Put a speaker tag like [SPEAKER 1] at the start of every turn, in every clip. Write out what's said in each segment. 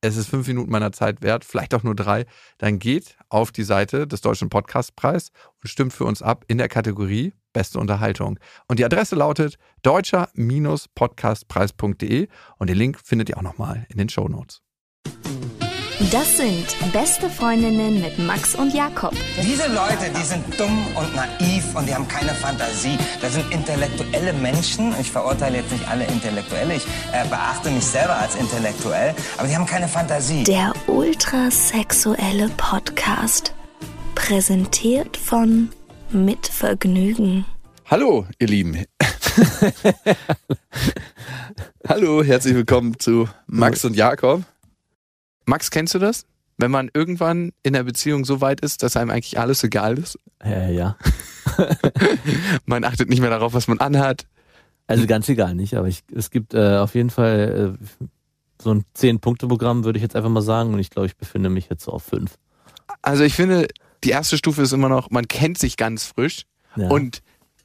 [SPEAKER 1] es ist fünf Minuten meiner Zeit wert, vielleicht auch nur drei, dann geht auf die Seite des Deutschen Podcastpreis und stimmt für uns ab in der Kategorie Beste Unterhaltung. Und die Adresse lautet deutscher-podcastpreis.de und den Link findet ihr auch nochmal in den Show Notes.
[SPEAKER 2] Das sind Beste Freundinnen mit Max und Jakob.
[SPEAKER 3] Diese Leute, die sind dumm und naiv und die haben keine Fantasie. Das sind intellektuelle Menschen. Ich verurteile jetzt nicht alle Intellektuelle. Ich äh, beachte mich selber als intellektuell. Aber die haben keine Fantasie.
[SPEAKER 2] Der ultrasexuelle Podcast. Präsentiert von Mit Vergnügen.
[SPEAKER 4] Hallo, ihr Lieben. Hallo, herzlich willkommen zu Max und Jakob. Max, kennst du das? Wenn man irgendwann in der Beziehung so weit ist, dass einem eigentlich alles egal ist.
[SPEAKER 5] Ja, ja.
[SPEAKER 4] Man achtet nicht mehr darauf, was man anhat.
[SPEAKER 5] Also ganz egal nicht, aber ich, es gibt äh, auf jeden Fall äh, so ein Zehn-Punkte-Programm, würde ich jetzt einfach mal sagen. Und ich glaube, ich befinde mich jetzt so auf fünf.
[SPEAKER 4] Also ich finde, die erste Stufe ist immer noch, man kennt sich ganz frisch
[SPEAKER 5] Ja,
[SPEAKER 4] und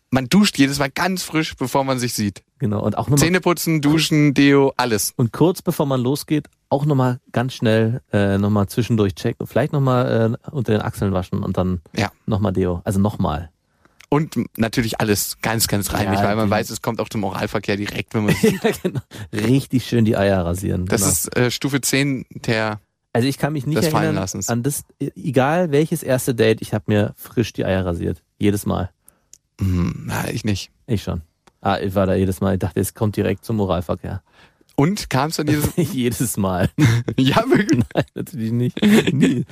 [SPEAKER 4] man duscht jedes Mal ganz frisch, bevor man sich sieht.
[SPEAKER 5] genau. Und auch nochmal.
[SPEAKER 4] Zähne putzen, duschen, Deo, alles.
[SPEAKER 5] Und kurz bevor man losgeht, auch nochmal ganz schnell äh, nochmal zwischendurch checken. Vielleicht nochmal äh, unter den Achseln waschen und dann
[SPEAKER 4] Ja.
[SPEAKER 5] nochmal Deo. Also nochmal.
[SPEAKER 4] Und natürlich alles ganz, ganz reinlich,
[SPEAKER 5] Ja,
[SPEAKER 4] weil man
[SPEAKER 5] die-
[SPEAKER 4] weiß, es kommt auch zum Oralverkehr direkt, wenn man.
[SPEAKER 5] ja, genau. Richtig schön die Eier rasieren.
[SPEAKER 4] Das
[SPEAKER 5] genau.
[SPEAKER 4] ist äh, Stufe 10 der.
[SPEAKER 5] also ich kann mich nicht
[SPEAKER 4] des
[SPEAKER 5] erinnern
[SPEAKER 4] Fallenlassens.
[SPEAKER 5] an das, egal welches erste Date, ich habe mir frisch die Eier rasiert. Jedes Mal.
[SPEAKER 4] Hm, na, ich nicht.
[SPEAKER 5] Ich schon. Ah, ich war da jedes Mal. Ich dachte, es kommt direkt zum Oralverkehr.
[SPEAKER 4] Und kam es dann jedes.
[SPEAKER 5] jedes Mal.
[SPEAKER 4] ja, wirklich.
[SPEAKER 5] Nein, natürlich nicht. Nie.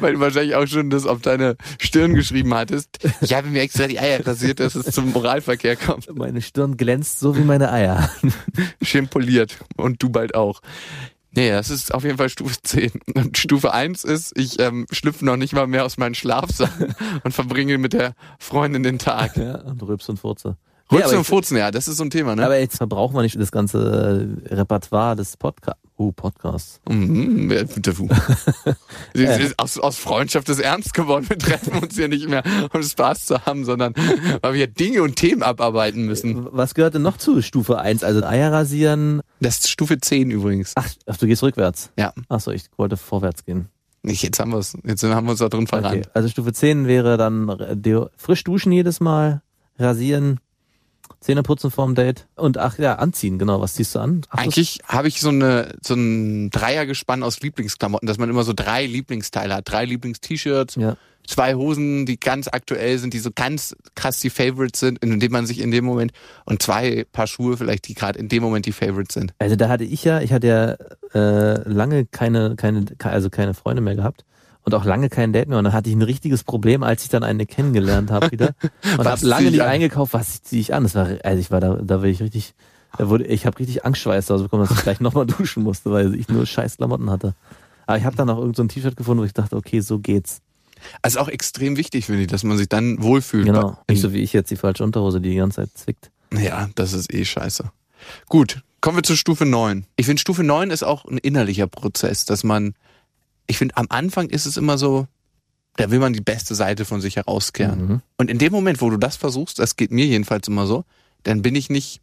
[SPEAKER 4] Weil du wahrscheinlich auch schon das auf deine Stirn geschrieben hattest. Ich habe mir extra die Eier rasiert, dass es zum Oralverkehr kommt.
[SPEAKER 5] Meine Stirn glänzt so wie meine Eier.
[SPEAKER 4] Schön poliert. Und du bald auch. Naja, das ist auf jeden Fall Stufe 10. Und Stufe 1 ist, ich ähm, schlüpfe noch nicht mal mehr aus meinen Schlafsachen und verbringe mit der Freundin den Tag.
[SPEAKER 5] Ja, und Rübs und Furze. Nee,
[SPEAKER 4] Rülpsen
[SPEAKER 5] aber
[SPEAKER 4] und Furzen, ja, das ist so ein Thema,
[SPEAKER 5] jetzt,
[SPEAKER 4] ne?
[SPEAKER 5] aber jetzt verbrauchen wir nicht das ganze äh, Repertoire des Podcasts. Oh, Podcasts.
[SPEAKER 4] Mhm, wer- der Wu. Es ist aus, aus Freundschaft ist ernst geworden. Wir treffen uns hier nicht mehr, um Spaß zu haben, sondern weil wir Dinge und Themen abarbeiten müssen.
[SPEAKER 5] Was gehört denn noch zu Stufe 1? Also Eier rasieren.
[SPEAKER 4] Das ist Stufe 10 übrigens.
[SPEAKER 5] Ach, ach du gehst rückwärts.
[SPEAKER 4] Ja.
[SPEAKER 5] Ach so, ich wollte vorwärts gehen.
[SPEAKER 4] Nicht, jetzt haben wir es. Jetzt haben wir uns da drin verrannt.
[SPEAKER 5] Also Stufe 10 wäre dann äh, Deo frisch duschen jedes Mal, rasieren, Zähne putzen vorm Date und ach ja, anziehen, genau. Was ziehst du an? Ach, das-
[SPEAKER 4] Eigentlich habe ich so, eine, so ein Dreiergespann aus Lieblingsklamotten, dass man immer so drei Lieblingsteile hat. Drei Lieblings-T-Shirts,
[SPEAKER 5] Ja.
[SPEAKER 4] zwei Hosen, die ganz aktuell sind, die so ganz krass die Favorites sind, indem man sich in dem Moment und zwei Paar Schuhe vielleicht, die gerade in dem Moment die Favorites sind.
[SPEAKER 5] Also da hatte ich ja, ich hatte ja äh, lange keine, keine, ke- also keine Freunde mehr gehabt und auch lange kein Date mehr. Und dann hatte ich ein richtiges Problem, als ich dann eine kennengelernt habe wieder. Und
[SPEAKER 4] Was
[SPEAKER 5] habe lange
[SPEAKER 4] zieh ich
[SPEAKER 5] nicht
[SPEAKER 4] an?
[SPEAKER 5] eingekauft, was ziehe ich an? Das war, also ich war da, da war ich richtig, da wurde, ich habe richtig Angstschweiß daraus bekommen, dass ich gleich nochmal duschen musste, weil ich nur scheiß Klamotten hatte. Aber ich habe dann auch irgendein so ein T-Shirt gefunden, wo ich dachte, okay, so geht's.
[SPEAKER 4] Also auch extrem wichtig, finde ich, dass man sich dann wohlfühlt.
[SPEAKER 5] Genau.
[SPEAKER 4] In-
[SPEAKER 5] Nicht so wie ich jetzt die falsche Unterhose, die die ganze Zeit zwickt.
[SPEAKER 4] Ja, das ist eh scheiße. Gut, kommen wir zu Stufe 9. Ich finde, Stufe 9 ist auch ein innerlicher Prozess, dass man, ich finde, am Anfang ist es immer so, da will man die beste Seite von sich herauskehren.
[SPEAKER 5] Mhm.
[SPEAKER 4] Und in dem Moment, wo du das versuchst, das geht mir jedenfalls immer so, dann bin ich nicht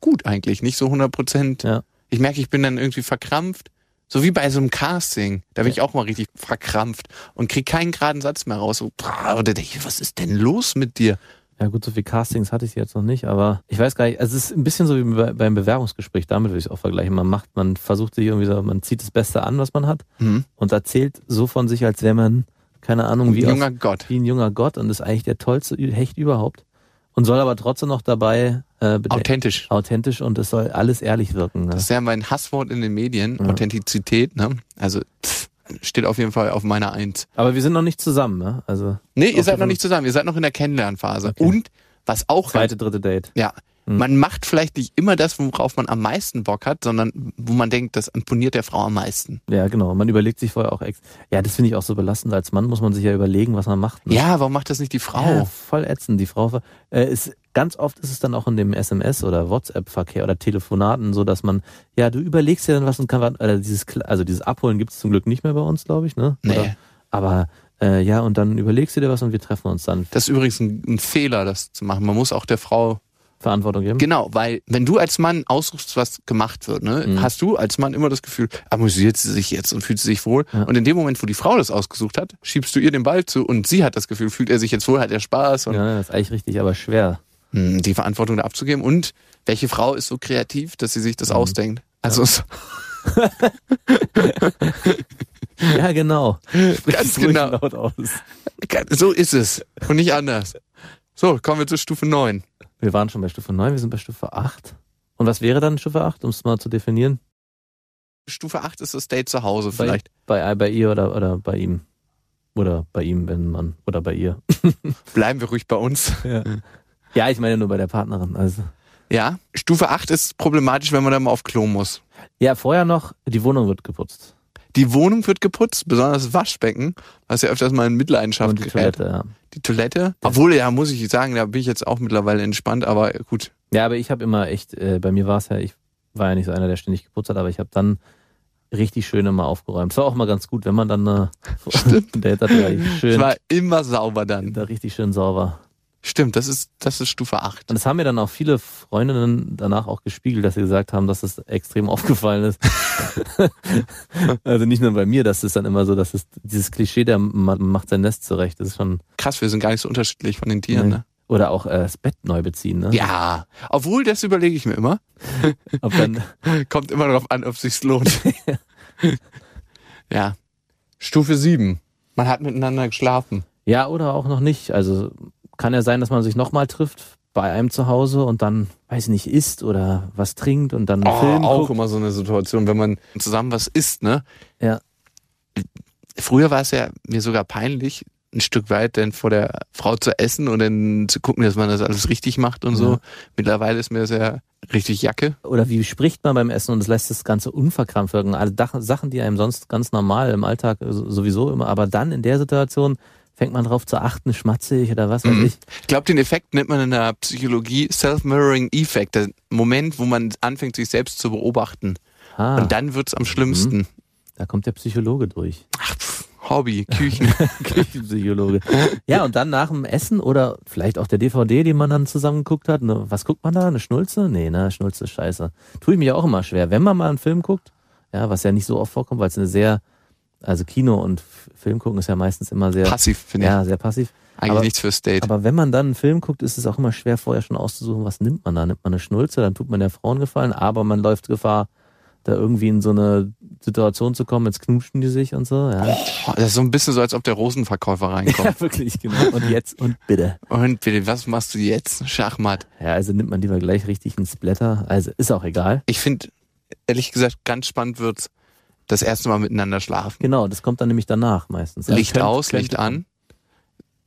[SPEAKER 4] gut eigentlich, nicht so 100 Prozent.
[SPEAKER 5] Ja.
[SPEAKER 4] Ich merke, ich bin dann irgendwie verkrampft. So wie bei so einem Casting. Da bin ich auch mal richtig verkrampft und krieg keinen geraden Satz mehr raus. So, brrr, und dann denke ich, was ist denn los mit dir?
[SPEAKER 5] Ja gut, so viel Castings hatte ich jetzt noch nicht, aber ich weiß gar nicht, also es ist ein bisschen so wie bei- beim Bewerbungsgespräch, damit würde ich es auch vergleichen. Man macht, man versucht sich irgendwie so, man zieht das Beste an, was man hat
[SPEAKER 4] Hm?
[SPEAKER 5] und erzählt so von sich, als wäre man, keine Ahnung, wie,
[SPEAKER 4] Junger
[SPEAKER 5] aus,
[SPEAKER 4] Gott.
[SPEAKER 5] wie ein junger Gott und ist eigentlich der tollste Ü- Hecht überhaupt und soll aber trotzdem noch dabei äh, bede-
[SPEAKER 4] Authentisch.
[SPEAKER 5] authentisch und es soll alles ehrlich wirken. Ne?
[SPEAKER 4] Das ist ja mein Hasswort in den Medien.
[SPEAKER 5] Ja.
[SPEAKER 4] Authentizität, ne? Also pff, steht auf jeden Fall auf meiner Eins.
[SPEAKER 5] Aber wir sind noch nicht zusammen, ne? also
[SPEAKER 4] Nee, ihr
[SPEAKER 5] Auf
[SPEAKER 4] seid noch
[SPEAKER 5] jeden
[SPEAKER 4] nicht zusammen, ihr seid noch in der Kennenlernphase.
[SPEAKER 5] Okay.
[SPEAKER 4] Und was auch
[SPEAKER 5] zweite, dritte Date.
[SPEAKER 4] ja, Man macht vielleicht nicht immer das, worauf man am meisten Bock hat, sondern wo man denkt, das imponiert der Frau am meisten.
[SPEAKER 5] Ja, genau. Man überlegt sich vorher auch ex. Ja, das finde ich auch so belastend. Als Mann muss man sich ja überlegen, was man macht. ne?
[SPEAKER 4] Ja, warum macht das nicht die
[SPEAKER 5] Ja,
[SPEAKER 4] Frau?
[SPEAKER 5] Oh, voll ätzend. Die Frau ver- äh, ist ganz oft ist es dann auch in dem SMS oder WhatsApp-Verkehr oder Telefonaten so, dass man ja du überlegst dir dann was und kann oder dieses Kle- also dieses Abholen gibt es zum Glück nicht mehr bei uns, glaube ich, ne?
[SPEAKER 4] Nee.
[SPEAKER 5] Oder, aber äh, ja und dann überlegst du dir was und wir treffen uns dann.
[SPEAKER 4] Das ist übrigens ein, ein Fehler, das zu machen. Man muss auch der Frau
[SPEAKER 5] Verantwortung geben.
[SPEAKER 4] Genau, weil wenn du als Mann aussuchst, was gemacht wird, ne,
[SPEAKER 5] Mhm.
[SPEAKER 4] hast du als Mann immer das Gefühl, amüsiert sie sich jetzt und fühlt sie sich wohl.
[SPEAKER 5] Ja.
[SPEAKER 4] Und in dem Moment, wo die Frau das ausgesucht hat, schiebst du ihr den Ball zu und sie hat das Gefühl, fühlt er sich jetzt wohl, hat er Spaß und
[SPEAKER 5] Ja, das ist eigentlich richtig, aber schwer.
[SPEAKER 4] mh, die Verantwortung da abzugeben. Und welche Frau ist so kreativ, dass sie sich
[SPEAKER 5] Mhm.
[SPEAKER 4] das ausdenkt? Also es-
[SPEAKER 5] Ja, genau.
[SPEAKER 4] ganz
[SPEAKER 5] Sprich ruhig
[SPEAKER 4] genau,
[SPEAKER 5] laut aus.
[SPEAKER 4] so ist es und nicht anders. So, kommen wir zur Stufe 9.
[SPEAKER 5] Wir waren schon bei Stufe 9, wir sind bei Stufe 8. Und was wäre dann Stufe 8, um es mal zu definieren?
[SPEAKER 4] Stufe 8 ist das Date zu Hause vielleicht.
[SPEAKER 5] Bei, bei ihr oder, oder bei ihm. Oder bei ihm, wenn man, oder bei ihr.
[SPEAKER 4] Bleiben wir ruhig bei uns.
[SPEAKER 5] Ja. ja, ich meine nur bei der Partnerin. Also.
[SPEAKER 4] Ja, Stufe 8 ist problematisch, wenn man da mal auf Klo muss.
[SPEAKER 5] Ja, vorher noch, die Wohnung wird geputzt.
[SPEAKER 4] Die Wohnung wird geputzt, besonders das Waschbecken, was ja öfters mal in Mitleidenschaft
[SPEAKER 5] und die
[SPEAKER 4] gerät.
[SPEAKER 5] Toilette, ja.
[SPEAKER 4] Die Toilette. Obwohl, ja, muss ich sagen, da bin ich jetzt auch mittlerweile entspannt, aber gut.
[SPEAKER 5] Ja, aber ich habe immer echt, äh, bei mir war es ja, ich war ja nicht so einer, der ständig geputzt hat, aber ich habe dann richtig schön immer aufgeräumt. Es war auch mal ganz gut, wenn man dann äh, ein Date hat, war ich
[SPEAKER 4] Es
[SPEAKER 5] schön,
[SPEAKER 4] war immer sauber dann.
[SPEAKER 5] da richtig schön sauber.
[SPEAKER 4] Stimmt, das ist, das ist Stufe 8.
[SPEAKER 5] Und das haben mir dann auch viele Freundinnen danach auch gespiegelt, dass sie gesagt haben, dass es extrem aufgefallen ist. also nicht nur bei mir, das ist dann immer so, dass es dieses Klischee, der ma- macht sein Nest zurecht, das ist schon.
[SPEAKER 4] Krass, wir sind gar nicht so unterschiedlich von den Tieren,
[SPEAKER 5] Nee.
[SPEAKER 4] ne?
[SPEAKER 5] Oder auch äh, das Bett neu beziehen, ne?
[SPEAKER 4] Ja. Obwohl, das überlege ich mir immer.
[SPEAKER 5] Ob dann,
[SPEAKER 4] Kommt immer darauf an, ob sich's lohnt. ja. Stufe 7. Man hat miteinander geschlafen.
[SPEAKER 5] ja, oder auch noch nicht. Also kann ja sein, dass man sich nochmal trifft bei einem zu Hause und dann, weiß nicht, isst oder was trinkt und dann einen
[SPEAKER 4] Oh,
[SPEAKER 5] Film
[SPEAKER 4] auch
[SPEAKER 5] guckt.
[SPEAKER 4] immer so eine Situation, wenn man zusammen was isst, ne?
[SPEAKER 5] Ja.
[SPEAKER 4] Früher war es ja mir sogar peinlich, ein Stück weit denn vor der Frau zu essen und dann zu gucken, dass man das alles richtig macht und so.
[SPEAKER 5] Ja.
[SPEAKER 4] Mittlerweile ist mir das ja richtig Jacke.
[SPEAKER 5] Oder wie spricht man beim Essen und das lässt das Ganze unverkrampft wirken. Alle Dach- Sachen, die einem sonst ganz normal im Alltag äh, so- sowieso immer, aber dann in der Situation fängt man drauf zu achten, schmatze ich oder was weiß
[SPEAKER 4] Mhm.
[SPEAKER 5] ich.
[SPEAKER 4] Ich glaube, den Effekt nennt man in der Psychologie Self-Mirroring Effect, der Moment, wo man anfängt, sich selbst zu beobachten.
[SPEAKER 5] Ah, Mhm.
[SPEAKER 4] Und dann wird's am schlimmsten.
[SPEAKER 5] da kommt der Psychologe durch.
[SPEAKER 4] Ach, pff, Hobby, Küchen.
[SPEAKER 5] Psychologe. Ja, und dann nach dem Essen oder vielleicht auch der DVD, die man dann zusammen geguckt hat. Ne, was guckt man da? Eine Schnulze? Nee, ne, Schnulze ist scheiße. Tue ich mich auch immer schwer. Wenn man mal einen Film guckt, ja, was ja nicht so oft vorkommt, weil es eine sehr, also Kino und F- Film gucken ist ja meistens immer sehr,
[SPEAKER 4] Passiv, finde
[SPEAKER 5] ja, sehr passiv.
[SPEAKER 4] ich. Eigentlich
[SPEAKER 5] aber-
[SPEAKER 4] nichts fürs Date.
[SPEAKER 5] Aber wenn man dann einen Film guckt, ist es auch immer schwer, vorher schon auszusuchen, was nimmt man da. Nimmt man eine Schnulze, dann tut man der Frauen gefallen, aber man läuft Gefahr, da irgendwie in so eine Situation zu kommen, jetzt knutschen die sich und so. Ja,
[SPEAKER 4] Boah, das ist so ein bisschen so, als ob der Rosenverkäufer reinkommt.
[SPEAKER 5] wirklich, genau. Und jetzt und bitte.
[SPEAKER 4] Und bitte, was machst du jetzt? Schachmatt.
[SPEAKER 5] Ja, also nimmt man lieber gleich richtig einen Splatter. Also ist auch egal.
[SPEAKER 4] Ich finde, ehrlich gesagt, ganz spannend wird's das erste Mal miteinander schlafen.
[SPEAKER 5] Genau, das kommt dann nämlich danach meistens. Also
[SPEAKER 4] Licht
[SPEAKER 5] könnte-
[SPEAKER 4] aus,
[SPEAKER 5] könnte-
[SPEAKER 4] Licht an.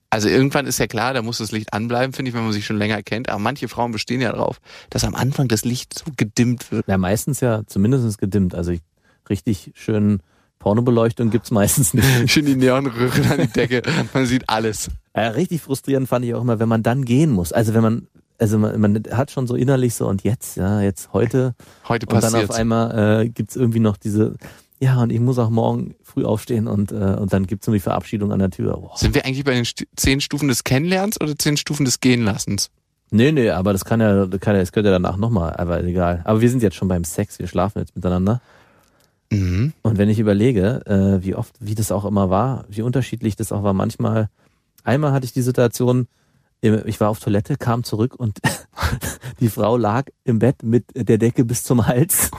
[SPEAKER 4] Also irgendwann ist ja klar, da muss das Licht anbleiben, finde ich, wenn man sich schon länger kennt. Aber manche Frauen bestehen ja drauf, dass am Anfang das Licht so gedimmt wird.
[SPEAKER 5] Ja, meistens ja zumindest gedimmt. Also ich, richtig schön Pornobeleuchtung gibt's meistens nicht.
[SPEAKER 4] Schön die Neonröhren an die Decke. Man sieht alles.
[SPEAKER 5] Ja, richtig frustrierend fand ich auch immer, wenn man dann gehen muss. Also wenn man, also man, man hat schon so innerlich so und jetzt, ja, jetzt heute
[SPEAKER 4] Heute
[SPEAKER 5] und dann auf
[SPEAKER 4] passiert's.
[SPEAKER 5] einmal äh, gibt's irgendwie noch diese, ja und ich muss auch morgen früh aufstehen und äh, und dann gibt's nur die Verabschiedung an der Tür. Boah.
[SPEAKER 4] Sind wir eigentlich bei den Stu- zehn Stufen des Kennenlernens oder zehn Stufen des Gehenlassens?
[SPEAKER 5] Nee, nee, aber das kann ja, das kann ja, das könnte ja danach nochmal, aber egal. Aber wir sind jetzt schon beim Sex, wir schlafen jetzt miteinander.
[SPEAKER 4] Mhm.
[SPEAKER 5] Und wenn ich überlege, äh, wie oft, wie das auch immer war, wie unterschiedlich das auch war, manchmal, einmal hatte ich die Situation, ich war auf Toilette, kam zurück und die Frau lag im Bett mit der Decke bis zum Hals,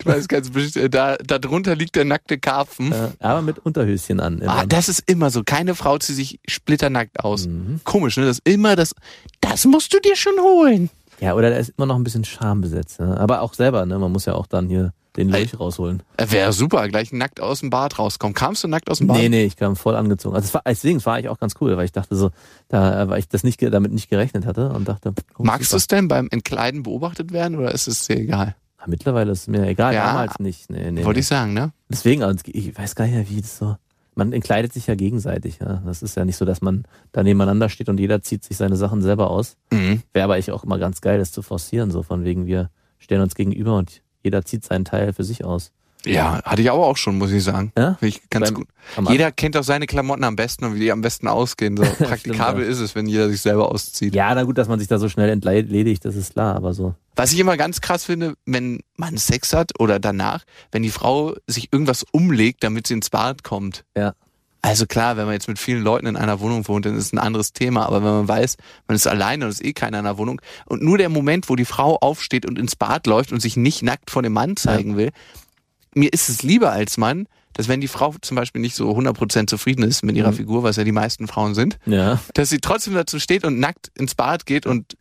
[SPEAKER 4] Ich weiß ganz bestimmt, äh, da, da drunter liegt der nackte Karpfen.
[SPEAKER 5] äh, aber mit Unterhöschen an.
[SPEAKER 4] Ah, das ist immer so. Keine Frau zieht sich splitternackt aus.
[SPEAKER 5] Mhm.
[SPEAKER 4] Komisch, ne? Das ist immer das. Das musst du dir schon holen.
[SPEAKER 5] ja, oder da ist immer noch ein bisschen Scham besetzt. Ne? Aber auch selber, ne? man muss ja auch dann hier den Lurch rausholen.
[SPEAKER 4] Wäre Äh, super, gleich nackt aus dem Bad rauskommen. Kamst du nackt aus dem Bad?
[SPEAKER 5] Nee, nee, ich kam voll angezogen. Also es war, deswegen war ich auch ganz cool, weil ich dachte so, da, äh, weil ich das nicht, ge- damit nicht gerechnet hatte und dachte, oh,
[SPEAKER 4] Magst du
[SPEAKER 5] super.
[SPEAKER 4] es denn beim Entkleiden beobachtet werden oder ist es dir egal?
[SPEAKER 5] Ja, Mittlerweile ist es mir egal,
[SPEAKER 4] Ja.
[SPEAKER 5] damals nicht. Nee, nee,
[SPEAKER 4] Wollte
[SPEAKER 5] nee.
[SPEAKER 4] ich sagen, ne?
[SPEAKER 5] Deswegen, also ich weiß gar nicht, wie das so. Man entkleidet sich ja gegenseitig. Ja. Das ist ja nicht so, dass man da nebeneinander steht und jeder zieht sich seine Sachen selber aus.
[SPEAKER 4] Mhm.
[SPEAKER 5] Wäre aber ich auch mal ganz geil, das zu forcieren, so von wegen wir stellen uns gegenüber und jeder zieht seinen Teil für sich aus.
[SPEAKER 4] Ja, hatte ich aber auch schon, muss ich sagen.
[SPEAKER 5] Ja?
[SPEAKER 4] Finde Ich ganz
[SPEAKER 5] Beim-
[SPEAKER 4] gut.
[SPEAKER 5] Am
[SPEAKER 4] Jeder kennt doch seine Klamotten am besten und wie die am besten ausgehen. So praktikabel ist es, wenn jeder sich selber auszieht.
[SPEAKER 5] Ja, na gut, dass man sich da so schnell entledigt, das ist klar, aber so.
[SPEAKER 4] Was ich immer ganz krass finde, wenn man Sex hat oder danach, wenn die Frau sich irgendwas umlegt, damit sie ins Bad kommt.
[SPEAKER 5] Ja.
[SPEAKER 4] Also klar, wenn man jetzt mit vielen Leuten in einer Wohnung wohnt, dann ist es ein anderes Thema. Aber wenn man weiß, man ist alleine und es ist eh keiner in der Wohnung und nur der Moment, wo die Frau aufsteht und ins Bad läuft und sich nicht nackt von dem Mann zeigen will, mir ist es lieber als Mann, dass wenn die Frau zum Beispiel nicht so 100% zufrieden ist mit ihrer Figur, was ja die meisten Frauen sind,
[SPEAKER 5] Ja.
[SPEAKER 4] dass sie trotzdem dazu steht und nackt ins Bad geht und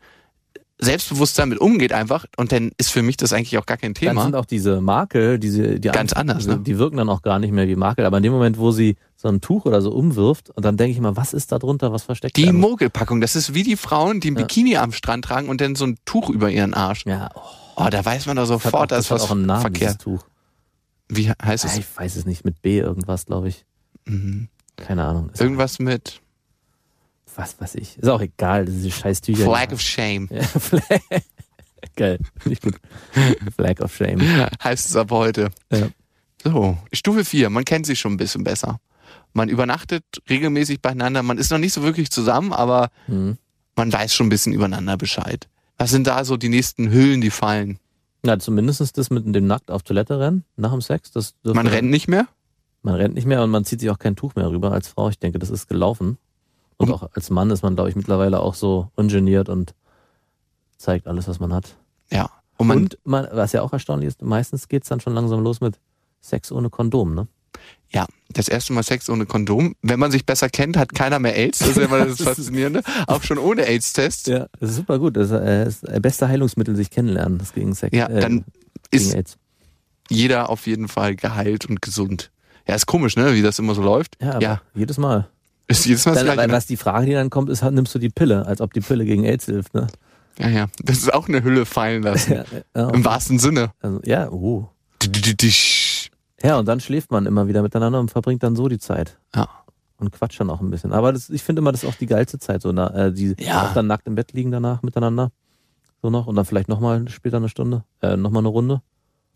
[SPEAKER 4] selbstbewusst damit umgeht einfach. Und dann ist für mich das eigentlich auch gar kein
[SPEAKER 5] Dann
[SPEAKER 4] Thema.
[SPEAKER 5] sind auch diese Makel, diese, die
[SPEAKER 4] Ganz anders, ne?
[SPEAKER 5] Die wirken dann auch gar nicht mehr wie Makel, aber in dem Moment, wo sie so ein Tuch oder so umwirft, und dann denke ich mal, was ist da drunter, was versteckt
[SPEAKER 4] Die
[SPEAKER 5] werden muss?
[SPEAKER 4] Mogelpackung, das ist wie die Frauen, die ein
[SPEAKER 5] Ja.
[SPEAKER 4] Bikini am Strand tragen und dann so ein Tuch über ihren Arsch.
[SPEAKER 5] Ja, oh,
[SPEAKER 4] Oh, da weiß man doch
[SPEAKER 5] das hat, auch,
[SPEAKER 4] sofort, da
[SPEAKER 5] das
[SPEAKER 4] ist
[SPEAKER 5] hat
[SPEAKER 4] was
[SPEAKER 5] auch einen Namen, dieses
[SPEAKER 4] verkehrt.
[SPEAKER 5] Tuch.
[SPEAKER 4] Wie heißt
[SPEAKER 5] Ja,
[SPEAKER 4] es?
[SPEAKER 5] ich weiß es nicht, mit B irgendwas, glaube ich.
[SPEAKER 4] Mhm.
[SPEAKER 5] Keine Ahnung. Ist
[SPEAKER 4] Irgendwas mit
[SPEAKER 5] was weiß ich. Ist auch egal, diese scheiß Tücher.
[SPEAKER 4] Flag of Shame.
[SPEAKER 5] Ja, Flag. Geil, finde ich gut. Flag of Shame.
[SPEAKER 4] heißt es ab heute.
[SPEAKER 5] Ja.
[SPEAKER 4] So, Stufe 4, man kennt sich schon ein bisschen besser. Man übernachtet regelmäßig beieinander, man ist noch nicht so wirklich zusammen, aber
[SPEAKER 5] Mhm.
[SPEAKER 4] man weiß schon ein bisschen übereinander Bescheid. Was sind da so die nächsten Hüllen, die fallen?
[SPEAKER 5] Na, zumindestens das mit dem Nackt auf Toilette rennen, nach dem Sex. Das dürfte-
[SPEAKER 4] Man rennt nicht mehr?
[SPEAKER 5] Man rennt nicht mehr und man zieht sich auch kein Tuch mehr rüber als Frau. Ich denke, das ist gelaufen. Und
[SPEAKER 4] Mhm.
[SPEAKER 5] auch als Mann ist man, glaube ich, mittlerweile auch so ungeniert und zeigt alles, was man hat.
[SPEAKER 4] Ja. Und man,
[SPEAKER 5] und man, was ja auch erstaunlich ist, meistens geht's dann schon langsam los mit Sex ohne Kondom, ne?
[SPEAKER 4] ja, das erste Mal Sex ohne Kondom. Wenn man sich besser kennt, hat keiner mehr AIDS. Das ist ja immer das Faszinierende. Auch schon ohne AIDS-Test. Ja,
[SPEAKER 5] Ja, das ist super gut. Das ist, äh, das beste Heilungsmittel, sich kennenlernen, das gegen Sex. äh,
[SPEAKER 4] dann
[SPEAKER 5] gegen
[SPEAKER 4] ist
[SPEAKER 5] AIDS.
[SPEAKER 4] jeder auf jeden Fall geheilt und gesund. Ja, ist komisch, ne, wie das immer so läuft.
[SPEAKER 5] Ja,
[SPEAKER 4] Ja,
[SPEAKER 5] aber jedes Mal.
[SPEAKER 4] ist jedes Mal das
[SPEAKER 5] Dann,
[SPEAKER 4] Gleiche.
[SPEAKER 5] weil,
[SPEAKER 4] Ne?
[SPEAKER 5] was die Frage, die dann kommt, ist, nimmst du die Pille, als ob die Pille gegen AIDS hilft, ne?
[SPEAKER 4] Ja, ja, das ist auch eine Hülle fallen lassen.
[SPEAKER 5] Ja, ja,
[SPEAKER 4] Im wahrsten Sinne.
[SPEAKER 5] also, ja, oh.
[SPEAKER 4] Tsch.
[SPEAKER 5] Ja, und dann schläft man immer wieder miteinander und verbringt dann so die Zeit.
[SPEAKER 4] Ja.
[SPEAKER 5] Und quatscht dann auch ein bisschen. Aber das, ich finde immer, das ist auch die geilste Zeit, so na, äh, die
[SPEAKER 4] Ja.
[SPEAKER 5] auch dann nackt im Bett liegen danach miteinander. So noch. Und dann vielleicht nochmal später eine Stunde, äh, nochmal eine Runde.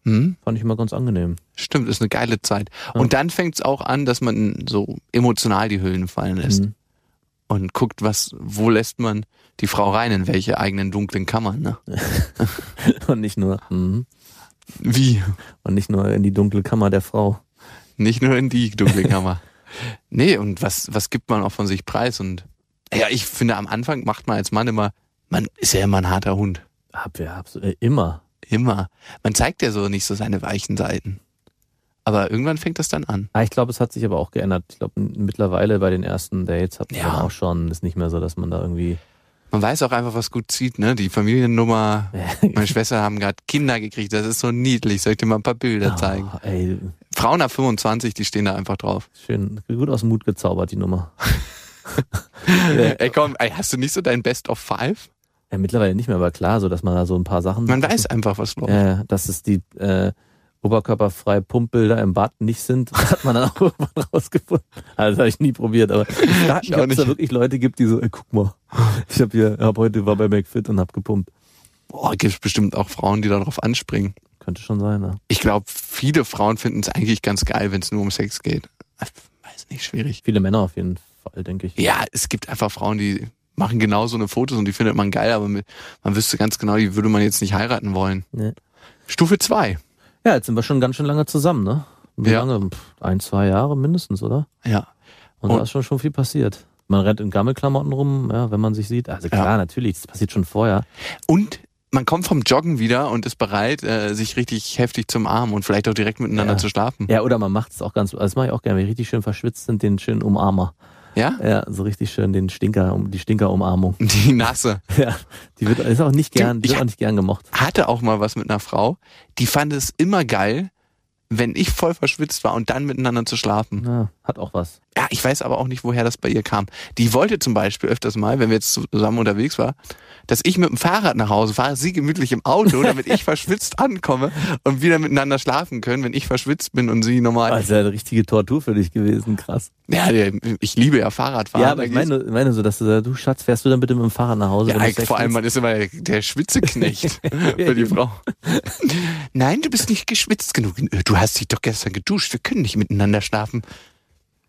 [SPEAKER 4] Hm?
[SPEAKER 5] Fand ich immer ganz angenehm.
[SPEAKER 4] Stimmt, ist eine geile Zeit.
[SPEAKER 5] Ja.
[SPEAKER 4] Und dann fängt's auch an, dass man so emotional die Hüllen fallen lässt.
[SPEAKER 5] Mhm.
[SPEAKER 4] und guckt, was, wo lässt man die Frau rein, in welche eigenen dunklen Kammern, ne?
[SPEAKER 5] Und nicht nur, mhm.
[SPEAKER 4] Wie?
[SPEAKER 5] und nicht nur in die dunkle Kammer der Frau.
[SPEAKER 4] Nicht nur in die dunkle Kammer. nee, und was, was gibt man auch von sich preis? Und ja, ich finde, am Anfang macht man als Mann immer, man ist ja immer ein harter Hund.
[SPEAKER 5] Hab, ja, hab, äh, immer.
[SPEAKER 4] Immer. Man zeigt ja so nicht so seine weichen Seiten. Aber irgendwann fängt das dann an.
[SPEAKER 5] Ah, ich glaube, es hat sich aber auch geändert. Ich glaube, m- mittlerweile bei den ersten Dates hat man
[SPEAKER 4] Ja.
[SPEAKER 5] dann auch schon, ist nicht mehr so, dass man da irgendwie.
[SPEAKER 4] Man weiß auch einfach, was gut zieht, ne? Die Familiennummer.
[SPEAKER 5] äh,
[SPEAKER 4] Meine Schwester haben gerade Kinder gekriegt. Das ist so niedlich. Soll ich dir mal ein paar Bilder zeigen?
[SPEAKER 5] Ah, ey,
[SPEAKER 4] Frauen ab 25, die stehen da einfach drauf.
[SPEAKER 5] schön, gut aus dem Mut gezaubert, die Nummer.
[SPEAKER 4] Ey, komm, ey, hast du nicht so dein Best of Five?
[SPEAKER 5] Ja, mittlerweile nicht mehr, aber klar, so dass man da so ein paar Sachen.
[SPEAKER 4] Man weiß einfach, was läuft.
[SPEAKER 5] äh, dass es die äh, oberkörperfreie Pumpbilder im Bad nicht sind, Das hat man dann auch irgendwann rausgefunden. Also das habe ich nie probiert, aber ich frage
[SPEAKER 4] Ich
[SPEAKER 5] mich,
[SPEAKER 4] auch
[SPEAKER 5] ob es da
[SPEAKER 4] nicht.
[SPEAKER 5] wirklich Leute gibt, die so, ey, guck mal, ich habe hier, hab heute war bei McFit und hab gepumpt.
[SPEAKER 4] Boah, gibt's bestimmt auch Frauen, die darauf anspringen.
[SPEAKER 5] Könnte schon sein, ne?
[SPEAKER 4] Ich glaube, viele Frauen finden es eigentlich ganz geil, wenn es nur um Sex geht. Ich Weiß nicht, schwierig.
[SPEAKER 5] Viele Männer auf jeden Fall, denke ich.
[SPEAKER 4] Ja, es gibt einfach Frauen, die machen genau so eine Fotos und die findet man geil, aber mit, man wüsste ganz genau, die würde man jetzt nicht heiraten wollen.
[SPEAKER 5] Nee.
[SPEAKER 4] Stufe zwei.
[SPEAKER 5] Ja, jetzt sind wir schon ganz schön lange zusammen, ne? Wie
[SPEAKER 4] Ja.
[SPEAKER 5] lange? Pff, ein, zwei Jahre mindestens, oder?
[SPEAKER 4] Ja.
[SPEAKER 5] Und,
[SPEAKER 4] Und-
[SPEAKER 5] da ist schon, schon viel passiert. Man rennt in Gammelklamotten rum, ja, wenn man sich sieht. Also klar,
[SPEAKER 4] Ja.
[SPEAKER 5] natürlich, das passiert schon vorher.
[SPEAKER 4] Und man kommt vom Joggen wieder und ist bereit, äh, sich richtig heftig zum Arm und vielleicht auch direkt miteinander
[SPEAKER 5] Ja.
[SPEAKER 4] zu schlafen.
[SPEAKER 5] also Ja, oder man macht es auch ganz, das mache ich auch gerne, wenn ich richtig schön verschwitzt sind, den schönen Umarmer.
[SPEAKER 4] Ja?
[SPEAKER 5] Ja, so richtig schön den Stinker, um- die Stinkerumarmung.
[SPEAKER 4] Die Nasse.
[SPEAKER 5] Ja, die wird, ist auch nicht gern,
[SPEAKER 4] Ich-
[SPEAKER 5] wird auch nicht gern gemocht.
[SPEAKER 4] Hatte auch mal was mit einer Frau, die fand es immer geil, wenn ich voll verschwitzt war und dann miteinander zu schlafen.
[SPEAKER 5] Ja, hat auch was.
[SPEAKER 4] Ja, ich weiß aber auch nicht, woher das bei ihr kam. Die wollte zum Beispiel öfters mal, wenn wir jetzt zusammen unterwegs waren, dass ich mit dem Fahrrad nach Hause fahre, sie gemütlich im Auto, damit ich verschwitzt ankomme und wieder miteinander schlafen können, wenn ich verschwitzt bin und sie normal.
[SPEAKER 5] Das ist ja eine richtige Tortur für dich gewesen, krass.
[SPEAKER 4] Ja, ich liebe ja Fahrradfahren.
[SPEAKER 5] ja, aber ich meine, meine so, dass du sagst, du Schatz, fährst du dann bitte mit dem Fahrrad nach Hause?
[SPEAKER 4] Ja,
[SPEAKER 5] Also wenn du
[SPEAKER 4] Ike,
[SPEAKER 5] Sex
[SPEAKER 4] vor allem,
[SPEAKER 5] willst?
[SPEAKER 4] man ist immer der Schwitzeknecht für die Frau. Nein, du bist nicht geschwitzt genug. Äh, Du hast dich doch gestern geduscht. Wir können nicht miteinander schlafen.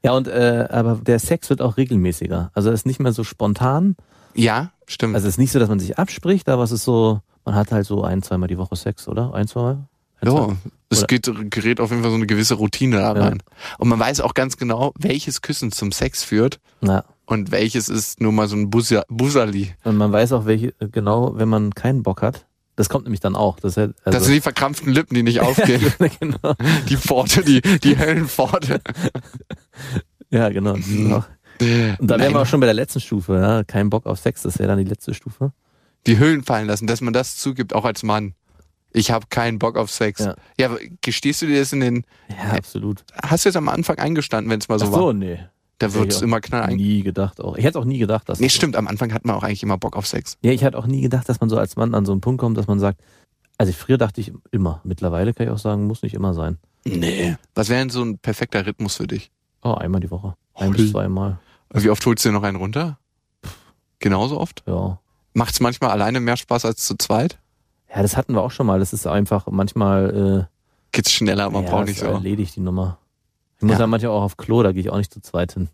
[SPEAKER 5] Ja, und äh, aber der Sex wird auch regelmäßiger. Also er ist nicht mehr so spontan.
[SPEAKER 4] Ja, stimmt.
[SPEAKER 5] Also es ist nicht so, dass man sich abspricht, aber es ist so, man hat halt so ein, zweimal die Woche Sex, oder? Ein, zweimal? Ein,
[SPEAKER 4] ja,
[SPEAKER 5] zweimal?
[SPEAKER 4] es
[SPEAKER 5] Oder-
[SPEAKER 4] geht, gerät auf jeden Fall so eine gewisse Routine da
[SPEAKER 5] Ja.
[SPEAKER 4] rein. Und man weiß auch ganz genau, welches Küssen zum Sex führt
[SPEAKER 5] Na,
[SPEAKER 4] und welches ist nur mal so ein Busa- Busserli.
[SPEAKER 5] und man weiß auch, welche, genau, wenn man keinen Bock hat. Das kommt nämlich dann auch. Das, ist halt, also,
[SPEAKER 4] Das sind die verkrampften Lippen, die nicht aufgehen.
[SPEAKER 5] genau.
[SPEAKER 4] die Pforte, die, die Höllenpforte.
[SPEAKER 5] Ja, genau. das ist auch- Und da wären wir auch schon bei der letzten Stufe. Ja? Kein Bock auf Sex, das wäre dann die letzte Stufe.
[SPEAKER 4] die Hüllen fallen lassen, dass man das zugibt, auch als Mann. Ich habe keinen Bock auf Sex. Ja.
[SPEAKER 5] Ja.
[SPEAKER 4] aber gestehst du dir das in den.
[SPEAKER 5] Ja, absolut.
[SPEAKER 4] Hast du jetzt am Anfang eingestanden, wenn es mal so,
[SPEAKER 5] Ach so,
[SPEAKER 4] Also war?
[SPEAKER 5] nee.
[SPEAKER 4] Da wird es
[SPEAKER 5] Ja,
[SPEAKER 4] immer knall. ein-
[SPEAKER 5] Nie gedacht auch. Ich hätte auch nie gedacht, dass.
[SPEAKER 4] Nee, stimmt, am Anfang hat man auch eigentlich immer Bock auf Sex.
[SPEAKER 5] Ja, ich hatte auch nie gedacht, dass man so als Mann an so einen Punkt kommt, dass man sagt, also früher dachte ich immer, mittlerweile kann ich auch sagen, muss nicht immer sein.
[SPEAKER 4] Nee. Was wäre denn so ein perfekter Rhythmus für dich?
[SPEAKER 5] Oh, einmal die Woche. Ein
[SPEAKER 4] Hui.
[SPEAKER 5] bis zweimal.
[SPEAKER 4] Wie oft holst du dir noch einen runter? Genauso oft?
[SPEAKER 5] Ja.
[SPEAKER 4] Macht's manchmal alleine mehr Spaß als zu zweit?
[SPEAKER 5] Ja, das hatten wir auch schon mal. Das ist einfach manchmal
[SPEAKER 4] Geht's schneller,
[SPEAKER 5] äh,
[SPEAKER 4] man
[SPEAKER 5] ja,
[SPEAKER 4] braucht
[SPEAKER 5] ist
[SPEAKER 4] nicht so.
[SPEAKER 5] erledigt die Nummer. Ich muss
[SPEAKER 4] Ja.
[SPEAKER 5] ja. manchmal auch auf Klo, da gehe ich auch nicht zu zweit hin.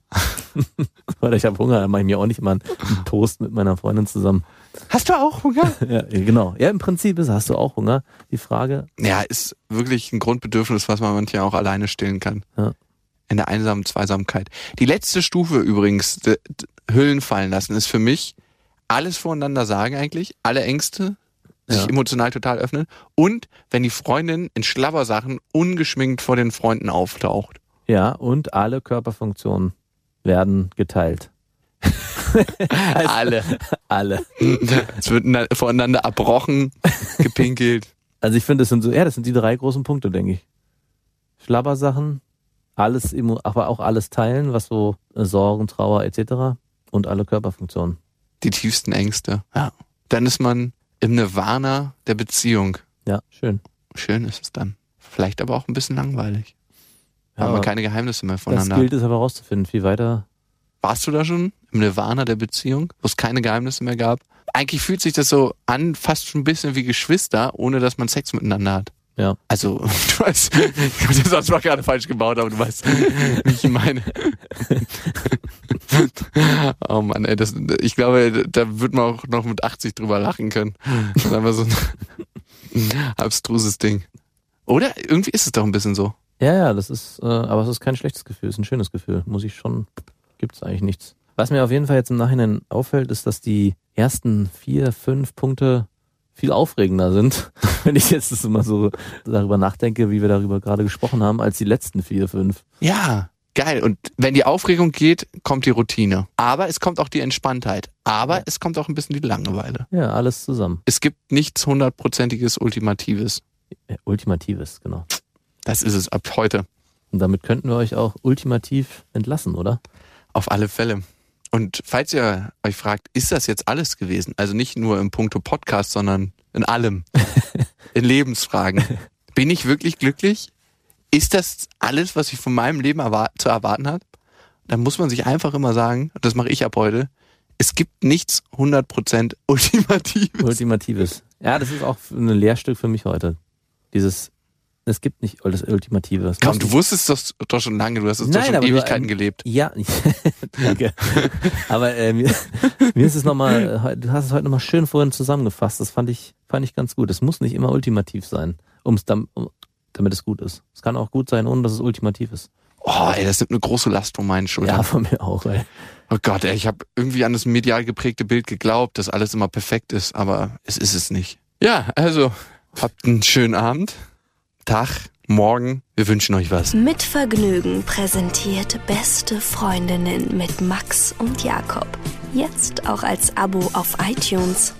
[SPEAKER 5] Weil ich habe Hunger, da mache ich mir auch nicht mal einen Toast mit meiner Freundin zusammen.
[SPEAKER 4] Hast du auch Hunger?
[SPEAKER 5] Ja, genau. Ja, im Prinzip ist, hast du auch Hunger? Die Frage.
[SPEAKER 4] Ja, ist wirklich ein Grundbedürfnis, was man manchmal auch alleine stillen kann.
[SPEAKER 5] Ja.
[SPEAKER 4] In der einsamen Zweisamkeit. Die letzte Stufe übrigens, d- d- Hüllen fallen lassen, ist für mich alles voreinander sagen eigentlich, alle Ängste, sich
[SPEAKER 5] Ja.
[SPEAKER 4] emotional total öffnen und wenn die Freundin in Schlabbersachen ungeschminkt vor den Freunden auftaucht.
[SPEAKER 5] Ja, und alle Körperfunktionen werden geteilt. Also-
[SPEAKER 4] Alle.
[SPEAKER 5] Alle.
[SPEAKER 4] es wird na- voreinander erbrochen, gepinkelt.
[SPEAKER 5] Also ich finde, das sind so, ja, das sind die drei großen Punkte, denke ich. Schlabbersachen, alles, emo- aber auch alles teilen, was so äh, Sorgen, Trauer etc. und alle Körperfunktionen.
[SPEAKER 4] Die tiefsten Ängste. Ja. Dann ist man im Nirvana der Beziehung.
[SPEAKER 5] Ja, schön.
[SPEAKER 4] Schön ist es dann. Vielleicht aber auch ein bisschen langweilig.
[SPEAKER 5] Ja,
[SPEAKER 4] haben wir
[SPEAKER 5] aber
[SPEAKER 4] keine Geheimnisse mehr
[SPEAKER 5] das
[SPEAKER 4] voneinander.
[SPEAKER 5] gilt es aber rauszufinden. Viel weiter.
[SPEAKER 4] Warst du da schon im Nirvana der Beziehung, wo es keine Geheimnisse mehr gab? Eigentlich fühlt sich das so an, fast schon ein bisschen wie Geschwister, ohne dass man Sex miteinander hat.
[SPEAKER 5] Ja.
[SPEAKER 4] Also, du weißt, ich habe das sonst mal gerade falsch gebaut, aber du weißt, wie ich meine. Oh Mann, ey, das, ich glaube, da wird man auch noch mit 80 drüber lachen können. Das ist einfach so ein abstruses Ding. Oder? Irgendwie ist es doch ein bisschen so.
[SPEAKER 5] Ja, ja, das ist, äh, aber es ist kein schlechtes Gefühl, es ist ein schönes Gefühl. Muss ich schon, gibt's eigentlich nichts. Was mir auf jeden Fall jetzt im Nachhinein auffällt, ist, dass die ersten vier, fünf Punkte viel aufregender sind, wenn ich jetzt das immer so darüber nachdenke, wie wir darüber gerade gesprochen haben, als die letzten vier, fünf.
[SPEAKER 4] Ja, geil. Und wenn die Aufregung geht, kommt die Routine. Aber es kommt auch die Entspanntheit. Aber
[SPEAKER 5] Ja.
[SPEAKER 4] es kommt auch ein bisschen die Langeweile.
[SPEAKER 5] Ja, alles zusammen.
[SPEAKER 4] Es gibt nichts hundertprozentiges Ultimatives.
[SPEAKER 5] Ja, Ultimatives, genau.
[SPEAKER 4] Das ist es ab heute.
[SPEAKER 5] Und damit könnten wir euch auch ultimativ entlassen, oder?
[SPEAKER 4] Auf alle Fälle. Und falls ihr euch fragt, ist das jetzt alles gewesen? Also nicht nur im Punkto Podcast, sondern in allem. in Lebensfragen. Bin ich wirklich glücklich? Ist das alles, was ich von meinem Leben erwar zu erwarten habe? Dann muss man sich einfach immer sagen, und das mache ich ab heute, es gibt nichts 100% Ultimatives.
[SPEAKER 5] Ultimatives. Ja, das ist auch ein Lehrstück für mich heute. Dieses, es gibt nicht das Ultimative. Es
[SPEAKER 4] Komm,
[SPEAKER 5] muss
[SPEAKER 4] du wusstest das doch schon lange, du hast es doch
[SPEAKER 5] Nein,
[SPEAKER 4] schon
[SPEAKER 5] aber du,
[SPEAKER 4] Ewigkeiten
[SPEAKER 5] ähm,
[SPEAKER 4] gelebt.
[SPEAKER 5] Ja, danke. Aber äh, mir, mir ist es nochmal, äh, heu- du hast es heute nochmal schön vorhin zusammengefasst. Das fand ich, fand ich ganz gut. Es muss nicht immer ultimativ sein, um's dam, um, damit es gut ist. Es kann auch gut sein, ohne dass es ultimativ ist.
[SPEAKER 4] Oh, ey, das nimmt eine große Last von meinen Schultern.
[SPEAKER 5] Ja, von mir auch. Ey.
[SPEAKER 4] Oh Gott, ey, ich habe irgendwie an das medial geprägte Bild geglaubt, dass alles immer perfekt ist, aber es ist es nicht. Ja, also habt einen schönen Abend, Tag, morgen. Wir wünschen euch was.
[SPEAKER 2] Mit Vergnügen präsentiert Beste Freundinnen mit Max und Jakob. Jetzt auch als Abo auf iTunes.